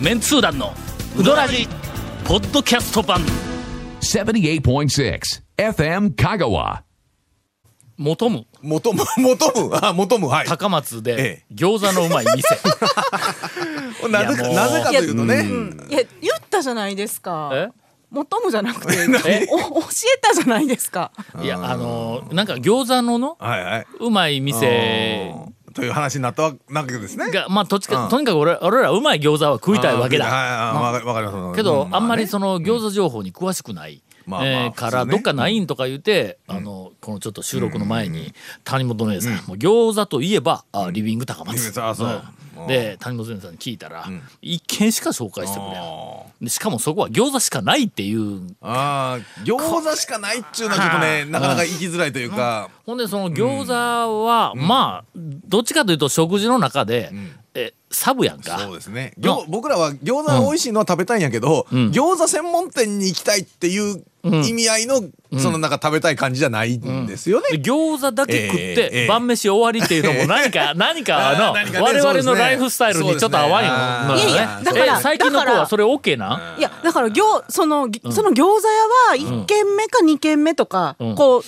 メンツー団のウドラジポッドキャスト版78.6 FM Kagawa. 求む求 む、求む、あ、求む、はい。高松でえ餃子のうまい 店なぜいやか、もうなぜかというとね、いや言ったじゃないですかえ。求むじゃなくてえお教えたじゃないですか。いやあのーなんか餃子ののはいはい。うまい店うんという話になったわなけですね。がまあとちかうんとにかく俺俺らうまい餃子は食いたいわけだはいはいはい、わかりわかります。けど、あんまりの。その餃子情報に詳しくない、まあまあえーからそうねどっかないんとか言って、あのこのちょっと収録の前に谷本姉さん、もう餃子といえばあリビング高リビン松グあそううんで谷本姉さんに聞いたら、一軒しか紹介してくれないでしかもそこは餃子しかないっていうああ、餃子しかないっちゅうのはちょっとね、なかなか行きづらいというか、ほんでその餃子は、まあどっちかというと食事の中で、えサブやんかそうですね。な餃僕らは餃子が美味しいのは食べたいんやけど、ん餃子専門店に行きたいっていう意味合いの、そのなんか食べたい感じじゃないんですよね。で餃子だけ食っえええてえ晩飯終わりっていうのも何か 何かあのー何かね我そう々ですのねライフスタイルにちょっと合わんのそうですねよあーいやいやだからええ最近の子だかはらそれ OK ないやだから餃その、その餃子屋は一軒目か二軒目とか、うんこう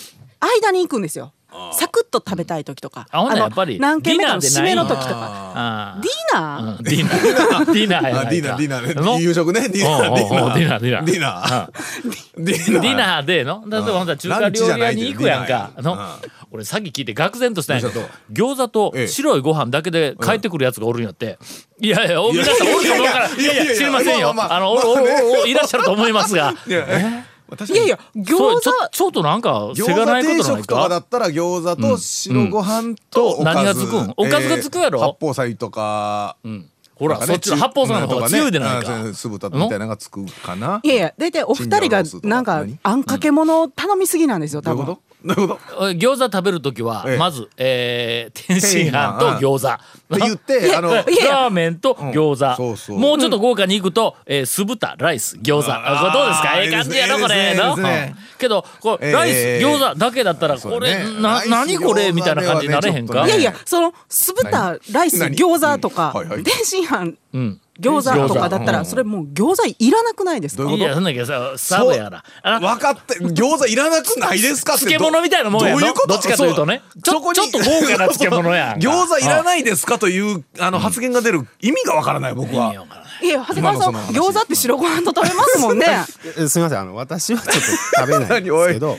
間に行くんですよ。サクッと食べたい時とか、あほんならのやっぱり何軒目かのディナーでない締めんやの時とか。あディナー、ーうんディナーディナーやないあかディナー、ディナーのね。夕食ね。ディナー、おうおうおうディナーディナーディナー。ディナー。ディナーでの例えばほんなら中華料理屋に行くやんかランチじのゃないでディナーや俺さっき聞いて愕然としたんやけどどうし餃子とええ白いご飯だけで帰ってくるやつがおるんやっていやいやお皆さんおるかもわからんいいややいいやいやや知りませんよまあまああのおるおるおるいらっしゃると思いますがいやえ私いやいや餃そう子ちょちょっとなんか餃せがないこ子定とない食とかだかったら餃子と白ご飯とうんとおかず、何がつくんおかずがつくやろえー八宝菜とか、ほらなそんかっねちの八宝菜の方が強いでない中華ねあーそうか酢豚みたいなのがつくかないやいや大体お二人がなんかあんかけ物を頼みすぎなんですよど多ういうこ分とどういうこと餃子食べる時はええまずえー天津飯と餃って言子ってあのラーメンと餃うんそうそ子うもうちょっと豪華にいくとえー酢豚ライス餃子あこれどうですあかーええ感じやろいいこですれねのいいですねうんけどこえれえライスええ餃子だけだったらそこうだねれなライス何これ餃子みたいな感じになれへんではかねちょいっとやねいやその酢豚ライス何餃子とかうんはいはい天津飯うん餃子とかだった餃ら子それもう餃子いらなくないですかどういういことやそんだけどさサブやらあら分かって餃子いらなくないですかってど漬物みたいなもんやどのういうこどとっちかというとねそちょそこにちょっと豪華な漬物やんか餃子いらないですかというあの発言が出る意味がわからない僕意は味わからんいや長谷川さん今のその話餃子って白ご飯と食べますもんねえすみませんあの私はちょっと食べないんですけ ど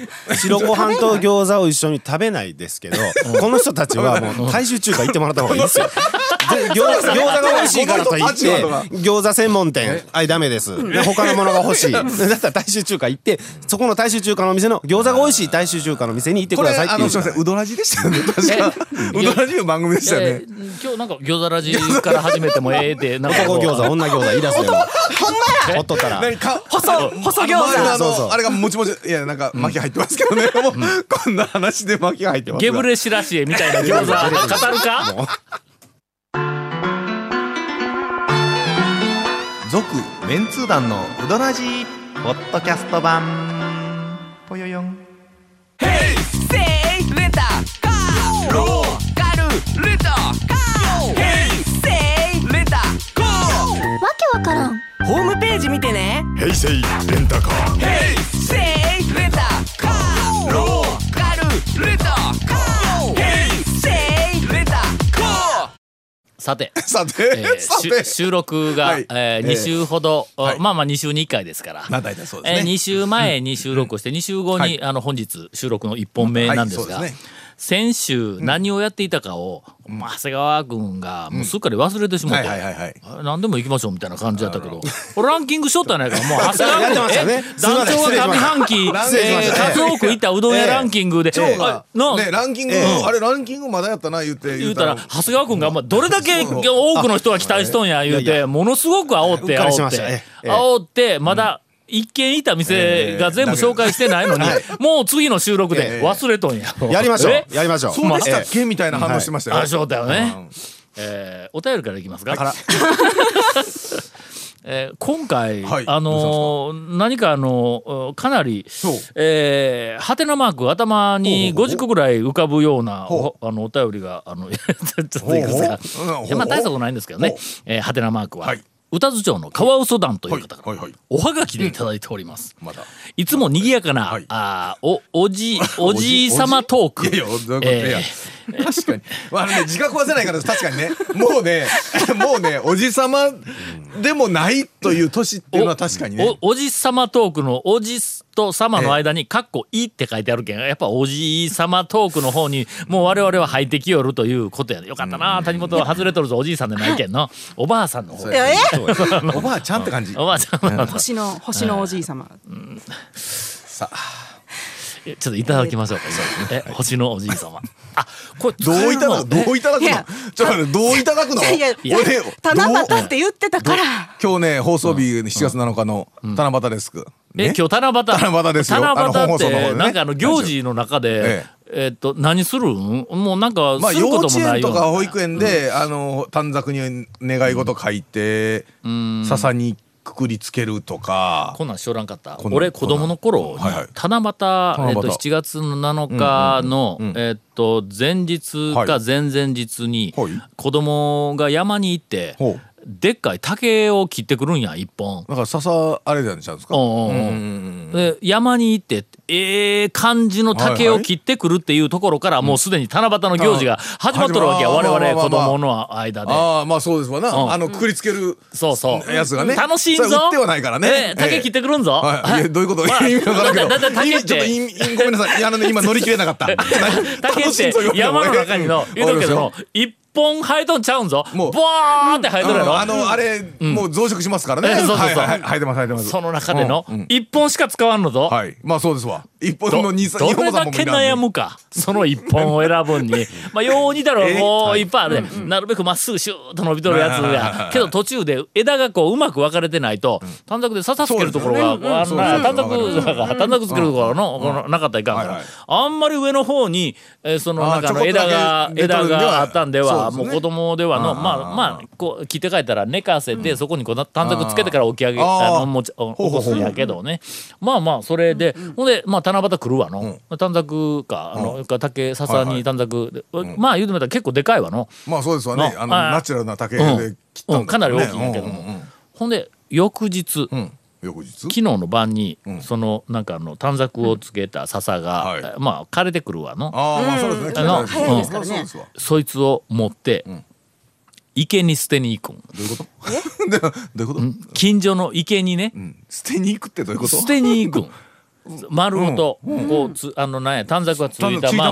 白ご飯と餃子を一緒に食べないですけどこの人たちはもう大衆中華行ってもらった方がい いですよ。で餃子餃子が美味しいからと言っこの人たてちはとか餃子専門店あいダメですで他のものが欲しいだったら大衆中華行ってそこの大衆中華のお店の餃子が美味しい大衆中華の店に行ってこくれださいってあいのうすいませんうどらじでしたよね確かえうどらじいう番組でしたよえねー今日なんか餃子ラジから始めてもええってなんかこ男う餃子女餃子いらっしゃほんるまやほっとったら何か細細餃あのあ子そうそうのあれがもちもちいやなんか巻き入ってますけどねもうこんな話で巻きが入ってますゲブレシラシエみたいな餃子語るか続メンツー団のうどらじポッドキャスト版ぽよよんさて、さえてー さしゅて収録が、はいええー2週ほど、おはいまあまあ2週に1回ですから、まあ大体そうえですね2週前に収録をして2週後に、はいあの本日収録の1本目なんですが、はいそうですね先週何をやっていたかを、まあ長谷川君がもうすっかり忘れてしまっはて、いはいはいはいあ何でも行きましょうみたいな感じだったけど、俺ランキングしとったんやないか、もう長谷やって川ました君、ねえすい団ま長せん失礼がしま上した半期、失礼しまえしーたカツオ食いたうどん屋ランキングで、今日あがなねランキングあれランキングまだやったな言って言うたら長谷川君がまあどれだけそう多くの人が期待しとんや言ういやいてものすごく煽ってうっかりし煽っましてたええ煽ってまだ一軒いた店が全部紹介して ないのにもう次の収録で忘れとんや。やりましょうえやりましょうそうでしたえっけみたいな反応してましたよあそうだよね、うんえーお便りからいきますか、えー今回、はいあのー何かあのーかなりそうえーはてなマーク頭にほうほうほう50個ぐらい浮かぶようなほおあのお便りがあのちょっといくつかほうほううんいやまあほうほう大したことないんですけどねほうえーはてなマークは、はい歌津町のカワウソ団という方かはいらはいはいおはがきでいただいております、まだ。いつも賑やかな、はいあーおおじおじいさま トークいやいや、どうえーいうこといや確かに。まあ、あのね、自覚はせないから、確かにね。もうね、 もうね、おじさまでもないという年っていうのは確かにね。おおじさまトークのおじと様の間に「かっこい」って書いてあるけんやっぱおじいさまトークの方にもう我々は入ってきよるということやでよかったな谷本は外れとるぞおじいさんでないけんのおばあさんの方そうえやえおばあちゃんって感じ。おばあちゃんの方星の星のおじい様。さあ、ちょっといただきましょうかえ星のおじいさまあこれどういただ使うのく、どういただくいのや。ちょっと待って、どういただくの。いやいや俺、七ど夕うって言ってたから。今日ね、放送日、7月7日の七夕です。えね今日七夕七夕ですよ七夕あの本っ放て送の方でねなんかあの行事の中でええっと何するんもうなんかまあする幼こと稚もない園ようとなか保育園で、あの短冊に願い事書いて、笹にくくりつけるとかこんなんしょらんかったこんなん俺子供の頃こんなんはいはい七夕えっと七夕7月の7日のえっと前日かは前々日にはい子供が山に行ってほうでっかい竹を切ってくるんや一本。なんか笹あれじゃないですか、うんうんうんで山に行ってええ感じの竹を切ってくるっていうところからもうすでに七夕の行事が始まっとるわけやうん我々子まあまあまあまあ供の間で。ああまあそうですわな、うんあのくくりつけるそうそう。やつがね楽しいそれぞ。売ってはないからねええ竹切ってくるんぞ。はい、いやどういうこと、まあ意味わからんけどだってだって意味ちょっと竹って意味意味ごめんなさいいやあのね今乗り切れなかった竹って山の中に の言うとくけども一本生えとんちゃうんぞもうボーンって生えとるやろ、あのあれ、もう増殖しますからね、ええそうそうそうはいはいはい生えてます生えてますその中でのうんうん一本しか使わんのぞ、はいまあそうですわ一本どのど二三二れ本だ三本もけいらんね悩むかその一本を選ぶん にまあよう似たらもういっぱいあるで、なるべくまっすぐシューッと伸びとるやつはいはいはいはがいけど途中で枝がこううまく分かれてないと短冊で刺さつけるところが、そうですよねあんなうん短冊が短冊つけるところの,、このなかったらいかんから、はいはいあんまり上の方に、えーそのあなんーかあのちょこっと枝だけが出枝とるんではがあったんではそうですねもう子供ではのあーまあまあこう切って帰ったら寝かせて、そこにこう短冊つけてから起き上げああーの持ち起ほうほこうほすうんやけどねまあまあそれで、ほんでまあ七夕来るわの、短冊かあの、か竹笹に短冊で、まあ言うてみたら結構でかいわの、まあそうですわねなあのあナチュラルな竹でうん切ったうんだけどねんかなり大きいんやけども、うんうんうんほんで翌日、うん翌日昨日の晩に、んそのなんかあの短冊をつけた笹が、うんはいまあ枯れてくるわの、ああまあそうですねあの切った早いやでつすからねまあそうですわそいつを持って、池に捨てに行くんどういうこと どういうこと近所の池にね、うん捨てに行くってどういうこと捨てに行くん丸ごとこうつあのなんや短冊がついたままついたま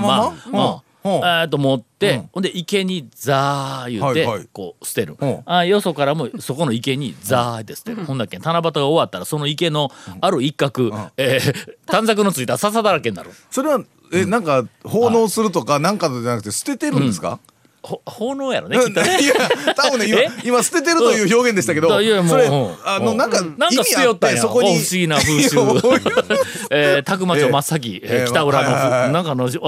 まうんうんうんあーっと持って、うんほんで池にザー言うて、はいはいこう捨てる、うんあーよそからもそこの池にザーって捨てる、ほんだっけ七夕が終わったらその池のある一角、えー短冊のついた笹だらけになるそれはえなんか奉納するとかなんかじゃなくて捨ててるんですかほ奉納やろね いきっとね。や多分ねえ今今捨ててるという表現でしたけどうんいやもうそれうんあのなんかなん意か捨て味あよっったんてやそこおに不思議な風習 いやもう えー、たくま町真っ先、えええー北浦の、はいはいはいなんかあのうち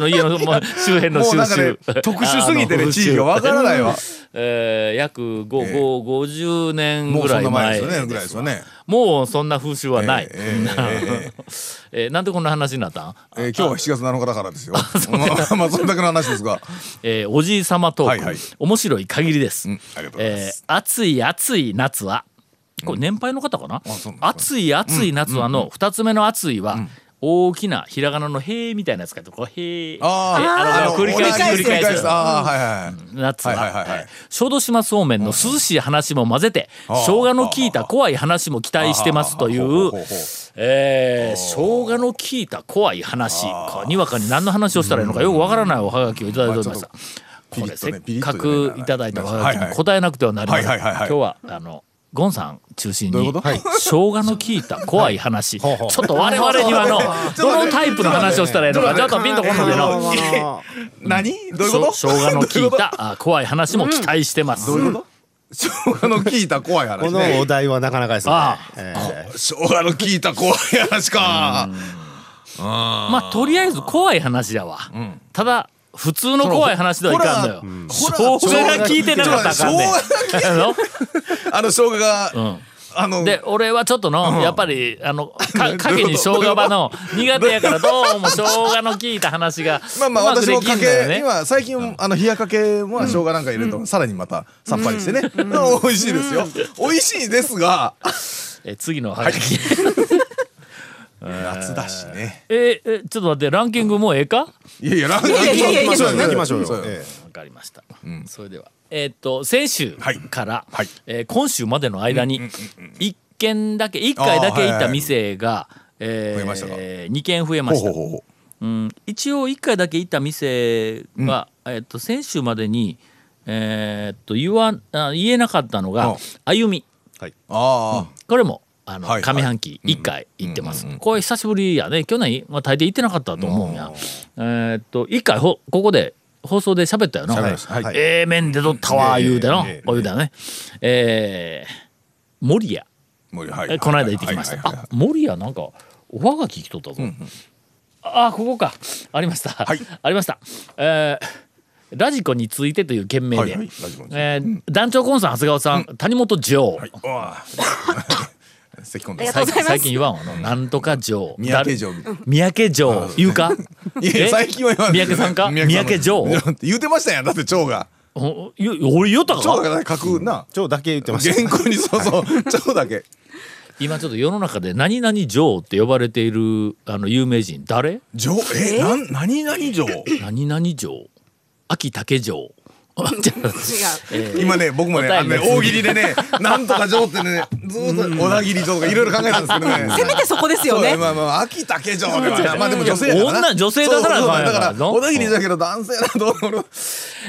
の家 のまあ周辺のもう収なんかね集特殊すぎてあねの 地域がわからないわえー、約五ええ五五十年 もぐうそらんいな前前ですよねぐらいですよねもうそんな風習は ない。ええええええ えーなんでこんな話になったん？えー今日は7月7日だからです よ。 まあ、まあ、それだけの話ですが。えーおじいさまトーク、はいはい面白い限りです。うんありがとうございますえー暑い暑い夏はこれ年配の方かな、そうなんで暑い暑い夏はの二つ目の暑いは、大きなひらがなの「へ」みたいなやつかとこう「へ」えあのー繰り返し同繰りじ返しああ、はいはいはい。夏は,、はいはいはいはい小豆島そうめんの涼しい話も混ぜて、うんあー生姜の効いた怖い話も期待してますといあーほううほうほうほうえー生姜の効いた怖い話こうにわかに何の話をしたらいいのかよくわからないおはがきをいただいておりました。ちょこっとれせっピリッかとねピリッとくねいただいたおはがきに答えなくてはなりません。はいはいはい今はい日はあのゴンさん中心どういにうことはい生姜の効いた怖い話、ちょっと我々には のどのタイプの話をしたらいいのかちょっとピンとこんのでの。何どういうことしょ生姜の効いたあ怖い話も期待してます。どういうこと生姜の効いた怖い話このね。お題はなかなかですねあえー生姜の効いた怖い話か。まあとりあえず怖い話だわ。ただ普通の怖い話ではいかんのよ。ほ生ら姜が効いてなかったらあかんねん。生姜があの生姜が、うんあので俺はちょっとの、やっぱりあのか影に生姜場の苦手やからどうも生姜の効いた話がまあまあうまく私でもきかんだよけね。今最近あの冷やかけは生姜なんか入れるとさらにまたさっぱりしてね美味しいですよ美味しいですがえ次のはがき、夏だしねええちょっと待ってランキングもうええかいやいやランキンいやいやいやいや行きましょうよ行きましょうそよう。えわかりました、それではえーっと先週はいから、はいえー今週までの間に一軒だけ一回だけ行った店が増えましたか2軒増えまほうしほたうほうほうん、一応1回だけ行った店は、えっと先週までに、えーっと言わんあ言えなかったのうがん「歩みうああ」これもあの、はいはい上半期1回行ってます、これ久しぶりやね去年、まあ、大抵行ってなかったと思うんや、えーっと1回ほここで放送で喋ったよな、喋りましたはいええ面で撮ったわええ言うての、ええお言うてねえー、森谷もうはいえこの間行ってきましはたい。はいはいあ、森屋なんかおはがき来とったぞ。あ、ここか。ありました。はいありました。えーラジコについてという件名で、はいはいラジコについてえー団長コンさん長谷川さん、谷本城、うわあ咳込んありだがとう最ござ近最います近言わんわのなんとか城三宅城みたい誰三宅城言うかいやいやえ最近は言わない三宅さんか三宅城言うてましたやんだって蝶がおよ俺言おったか蝶が書くな今日だけ言ってま原した。稿にそうそう蝶だけ今ちょっと世の中で何々城って呼ばれているあの有名人誰城えなん何何城何々城秋竹城じゃあ違う。 今ね僕もねあのねお便り大喜利でねなんとか城ってねずーっと小田切城とかいろいろ考えたんですけどねせめてそこですよそねう。まあまあ秋竹城ではなまあでも女性だからな女女性だからそうそうまあだからの小田切だけど男性だと俺は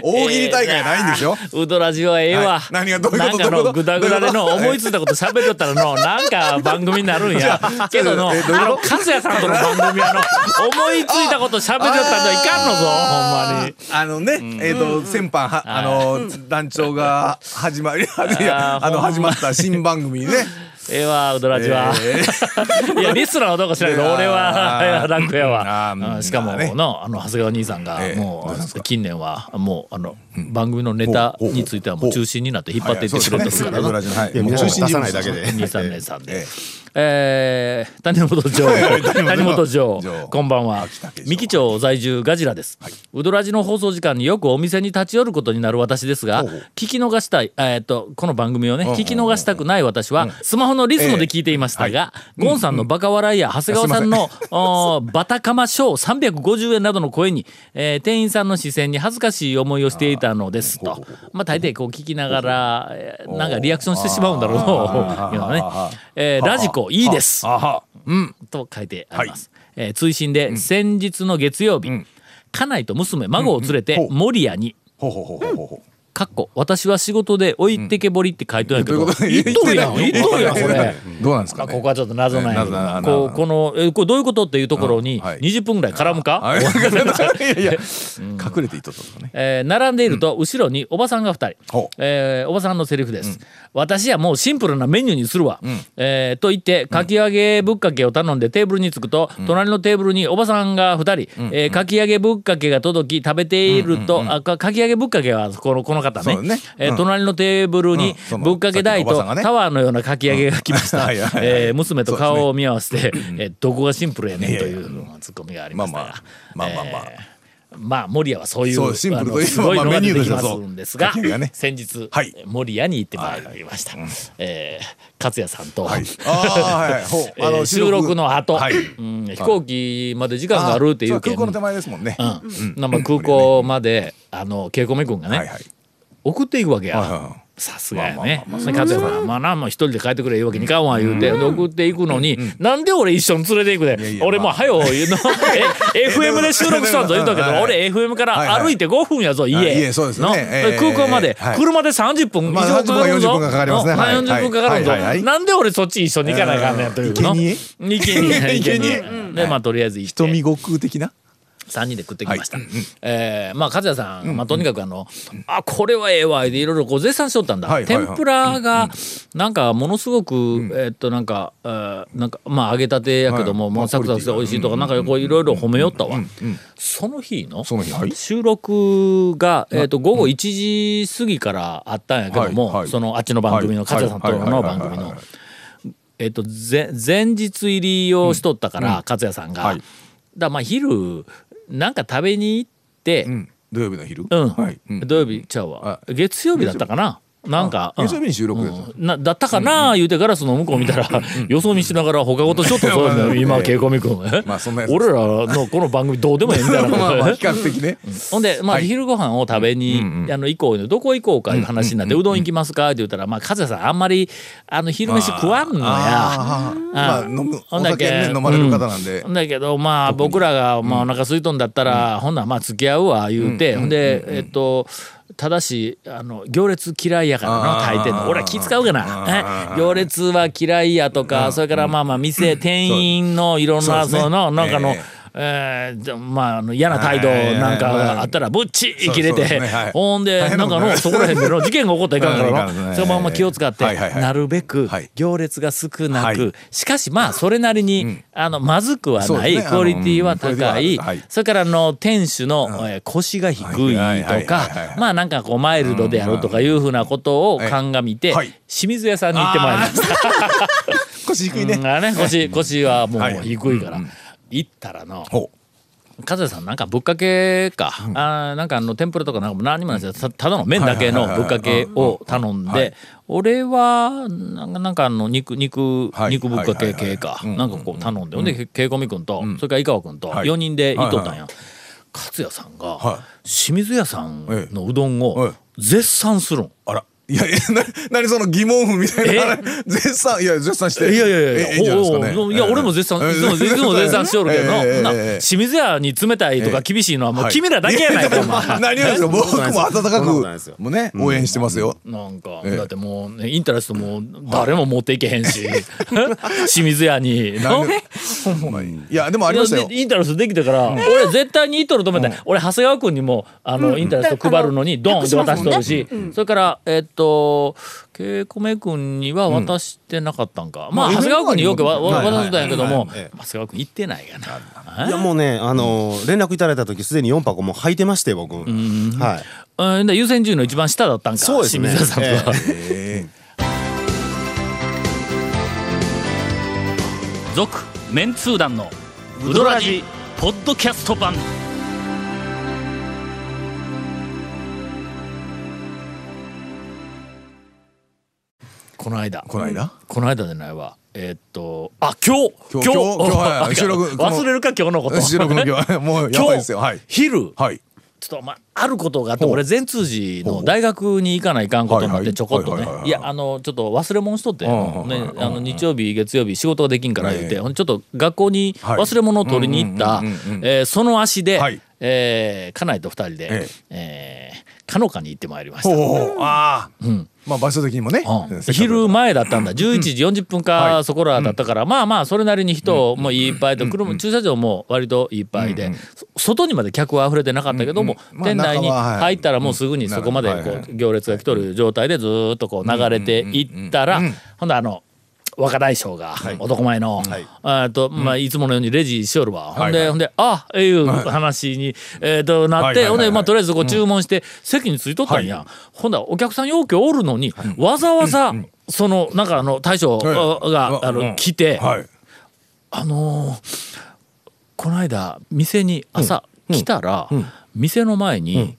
大喜利大会ないんですよえーウドラジはええわ、はい何がどういうなんことかどういうこのとグダグダでのどういうこと思いついたこと喋っとったらのなんか番組になるんやけどの、えどういうことあの粕谷さんとの番組はの思いついたこと喋っとったらいかんのぞほんまに。あのね、えっ、と、先般は、あの、団長が始まり、いや あーあほんまの、始まった新番組 ね。ええわウドラジは、えいやリスナーはどうか知らんけどいやー俺はいや楽やわあーうんしかもまあねのあの長谷川兄さんがええもどうですうか近年はもうあの番組のネタについてはもう中心になって引っ張っていってくれてるからはいはいそうですねなドラジのはいいや、皆さん出さないだけで。兄さん姉さんでええ。えー、 谷本城谷本城城こんばんは秋田県三木町在住ガジラです、ウドラジの放送時間によくお店に立ち寄ることになる私ですが聞き逃したい、えーっとこの番組をね聞き逃したくない私はスマホのリズムで聞いていましたが、ゴンさんのバカ笑いや長谷川さんの おーバタカマショー350円などの声に、えー店員さんの視線に恥ずかしい思いをしていたのですとまあ大抵こう聞きながらえーなんかリアクションしてしまうんだろうの今ね、えーラジコいいですと書いてあります、えー追伸で先日の月曜日、家内と娘孫を連れて守谷にほうほうほうほうほう。かっこ私は仕事で置いてけぼりって書いてないけど、と言いっうとことるでやん言っとるやんこれ。どうなんですか、あね。ここはちょっと謎なんやけえー謎どななこうこのえこれどういうことっていうところにうんはい20分ぐらい絡むか、あいやいや、隠れていっとったとかね。えー並んでいると後ろにおばさんが2人、ほうえーおばさんのセリフです、私はもうシンプルなメニューにするわ、えーと言ってかき揚げぶっかけを頼んでテーブルに着くと、隣のテーブルにおばさんが2人、えーかき揚げぶっかけが届き食べていると、あかかき揚げぶっかけはこのこの方ねそうねえーうん隣のテーブルにうんそのぶっかけ大さっきのおばとさんがねタワーのようなかき揚げが来ました、うんはいはいはいえー娘と顔を見合わせて、えーどこがシンプルやねんというまあツッコミがありましたが、まあまあまあまあえーまあ守谷はそういうそうシンプルとあいうのすごいのまがあメニ出ューてときましてはすそうんですが、書きがね先日、はい守谷に行ってまいりました、えー勝也さんと、はい。ああ、はい。ほう。 えー収録の後、はいうん飛行機まで時間があるっていあうそけん空港の手前ですもんね。うんまあ空港まであのケイコメ君がね、はいはい。送っていくわけや、はいはいはいさすがやまあまあね勝也さんは「まあなもう一人で帰ってくれ言うわけにいかんわ」言うて、で送っていくのに、なんで俺一緒に連れていくで やいや俺もうまあ早う言うのえ FM で収録したんと言うたけど、はいはい俺 FM かはいはらい歩いて5分やぞ家、はい家そうですねのええ空港まで、はい車で30分以まあ上かかるぞ、 30分かかりますねうんはいまあ40分かかるぞ、はいはいはいなんで俺そっち一緒に行かなあかんねんというのえ生 贄 生贄でまあとりあえず行って瞳悟空的な。 3人で食ってきました、えーまあ和也さん、まあ、とにかくあの「あこれはええわ」でいろいろこう絶賛しとったんだ、はいはいはい天ぷらがなんかものすごく、えーっとなんか、えーなんかまあ揚げたてやけども、はいもうサクサクして美味しいとか、なんかこういろいろ褒めよったわ、その日のその日はい収録が、えーっと午後1時過ぎからあったんやけども、はいはいそのあっちの番組のはい和也さんとはいはいのはいはい番組の。えっと、前前日入りをしとったから、勝也さんが、はいだからまあ昼なんか食べに行って、ううんん土曜日の昼はいうん土曜日ちゃうわ月曜日だったかななんか、あうん月曜日に収録ですうんなだったかな、言うてガラスの向こう見たら、予想見しながら他ごとちょっとそう いうの今稽古見君、まあそんなやつ俺らのこの番組どうでもええみたいな まあまあ比較的ねほんで、まあ、はい昼ご飯を食べに、あの行こうよどこ行こうかいう話になって、うどん行きますかって言ったら、まあ、和也さんあんまりあの昼飯食わんのや。あーまあうん飲むほおんだけ酒ね飲まれる方なんでほんだけどまあ僕らがまあお腹空いとんだったら、ほんならまあ付き合うわ言うて、ほんで、えっとただしあの行列嫌いやからなあー大抵の俺は気使うかなえ行列は嫌いやとかそれからまあまあ店店員のいろんなそうですねそのなんかのええ。えーじゃまああの嫌な態度なんかがあったらぶっちー切れそうてそうですねはいほんで大変ななんかことねのそこら辺での事件が起こったらいかん かいからんのねそのまま気を使ってはいはいはいなるべくはい行列が少なくはいしかしまあそれなりに、あのまずくはそうなでい、すねあクのオリティは高い、うんクオリティははいそれからあの店主の、えー腰が低いはいはいはといはいかはいまあなんかこうマイルドであるとかいうふうなことをええ鑑みて、はい清水屋さんに行ってもらいました。腰低いねうんあれね腰腰はもうはい低いから、行ったらのほ和也さんなんかぶっかけか、あーなんかあの天ぷらとかなんかも何にもないですよたただの麺だけのはいはいぶっはいはかいけを頼んで俺はなんかなんかあの肉肉、はい肉ぶっかけ系か、はいはいはいなんかこう頼んで、ほんでけいこみ君と、それから井川君とはい4人で行っとったんはいや、勝也さんが、は清水屋さんのうどんをえ絶賛するん。あらいやいやな何その疑問符みたいなえ 絶賛いや絶賛しいてやいやいえやえんじゃないですかおうおうねいや俺も絶賛いつもいつも絶賛しよるけどなええええええなええ清水屋に冷たいとか厳しいのはもうはい君らだけやないかお前何をですか僕も温そんなことないかですよくもうね応援してますよなんか、ええだってもうね、インタレストも誰も持っていけへんし、 清水屋に。何な でいやでもありましたよでインタレストできてから、俺絶対にイートル止めて、俺長谷川君にもあの、インタレスト配るのにドンって渡しとるし、それからえっと稽古目君には渡してなかったんか、まあ長谷川君によくわわ渡したんやけども、はいはいはい長谷川君行ってないかな。いやもうね、あのー連絡いただいた時すでに4箱もう履いてまして僕、はいうん、で優先順位の一番下だったんか、そうですね清水屋さんとは。続、メンツー団のウドラジポッドキャスト版。この間、この間この間でないわ。えーっと、あ、今日、今日今日今日はいはい収録この忘れるか 今日のこと。収録の今日はもうやばいですよはい昼、はいちょっとまああることがあってほう俺善通寺の大学に行かないかんことになっはいはていちょこっとはいねはいはいはいいやあのちょっと忘れ物しとってねうんうんうんうんあの日曜日月曜日仕事ができんから言ってええほんでちょっと学校にはい忘れ物を取りに行ったうんうんうんうんうんえーその足ではいえー家内と二人でええーかのかに行ってまいりましほうた。ほうああまあ場所的にもねうんせっかく昼前だったんだ11時40分はかいそこらだったから、まあまあそれなりに人もいっぱいで、車駐車場も割といっぱいで、そ外にまで客は溢れてなかったけども、うんうんまあ店内に中ははい入ったらもうすぐにそこまでうんこなるほどはう行列が来とる状態でずーっとこう流れていったら、ほんであの若大将が男前の、はいあーとまあ、いつものようにレジしよるわ、ほんで、はいはいほんであえいう話に、えーとなって、はいはいはいはいほんで、まあ、とりあえずこう注文して席に着いとったんや、ほんだらお客さん要求おるのに、わざわざ、そのなんかあの大将はいが、わあの、うん来て、はいあのー、この間店に朝来たら、店の前に、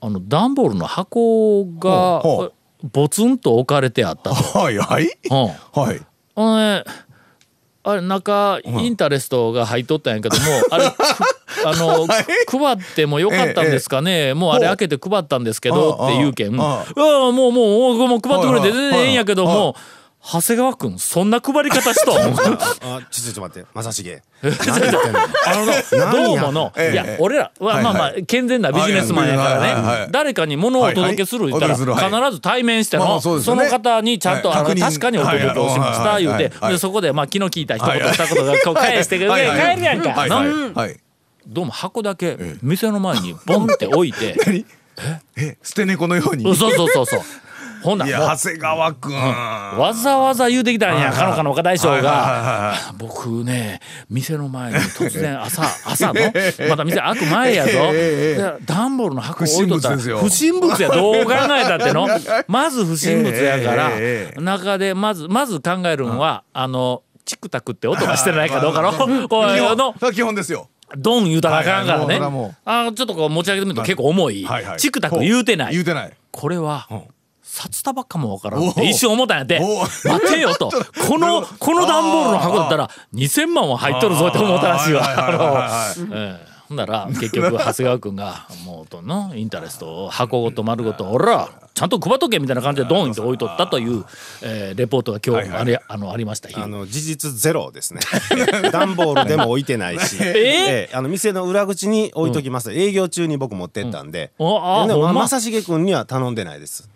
あの段ボールの箱がほうほうボツンと置かれてあったと。はいはいうん はいほんであれ中インタレストが入っとったんやけども、あれくあの、はいく配ってもよかったんですかね、もうあれ開けて配ったんですけどほっうていうけん「うあわあもうもうもうもう配ってくれて全然ええんやけどはいはいも長谷川君そんな配り方しとんあちょっと待って正成何言 ってんのどうもの、ええいや俺らは、はいまあはいまあ健全なビジネスマンやからね、はいはいはいはい誰かに物をお届けする言ったら、はいはいお届けするはい必ず対面しての、まあそそうですよのね方にちゃんと、はいあの確認確かにお届けをしました、はい言うはいて、はいでそこでまあ気の利いた一はいは言いしたことがこう返してくれ、はいはい帰るやんか、はいのはいはいどうも箱だけ 店の前にボンって置いて何え捨て猫のようにそうそうそうそうほんないらもやう長谷川くん、わざわざ言うてきたんや、かのかの岡大将 はいが、僕ね、店の前に突然朝、 朝の、また店開く前やぞ、ええで段ボールの箱置いとったら、不審物ですよ不審物や、どう考えた っての、まず不審物やからえええ、中でまず、まず考えるんは、あの、チクタクって音がしてないかどう かの、こう基いうの本、それは基本ですよドン言うたらあかんからはいはねいもうもう。あちょっとこう持ち上げてみると結構重いはいは。いチクタク言うてない言う。てないこれは、札束かもわからんっおてう一瞬思ったんやっておう待てよとこのこの段ボールの箱だったら2,000万は入っとるぞって思ったらしいわあーはいはいはいはいあのええほんなら結局長谷川君が「もうとのインタレストを箱ごと丸ごとおらちゃんと配っとけ」みたいな感じでドーンって置いとったという、えーレポートが今日あれ、あのありました日あの事実ゼロですね 段ボールでも置いてないし、ええあの店の裏口に置いときます、営業中に僕持ってったんで、うんああでほんま正成君には頼んでないです、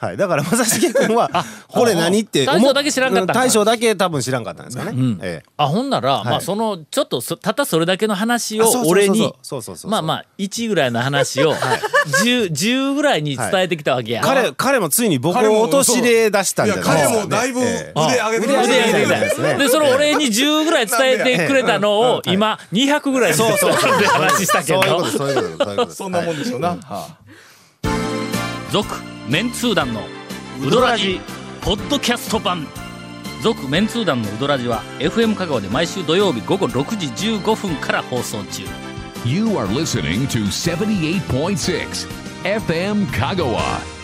はい、だから正成君は「これ何?」って大将だけ知らんかったんか大将だけ多分知らんかったんですかね、ええあほんなら、まあそのちょっとそたったそれだけの話を俺にあそうそうそうそうそうそうそうそうまあまあ1ぐらいの話を 10, 10ぐらいに伝えてきたわけや、彼彼もついに僕彼もを陥れ出したんじゃないですか、ね、いや彼もだいぶええあ腕上げてく腕れた上げてきたんですねでそのお礼に10ぐらい伝えてくれたのを今200ぐらいに伝そうそう えそうたって話したけどそういうことですそそういうことですそういうことですんなもんでしょうな、は続メンツー団のウドラジポッドキャスト版続メンツー団のウドラジは FM 香川で毎週土曜日午後6時15分から放送中 You are listening to 78.6 FM Kagawa.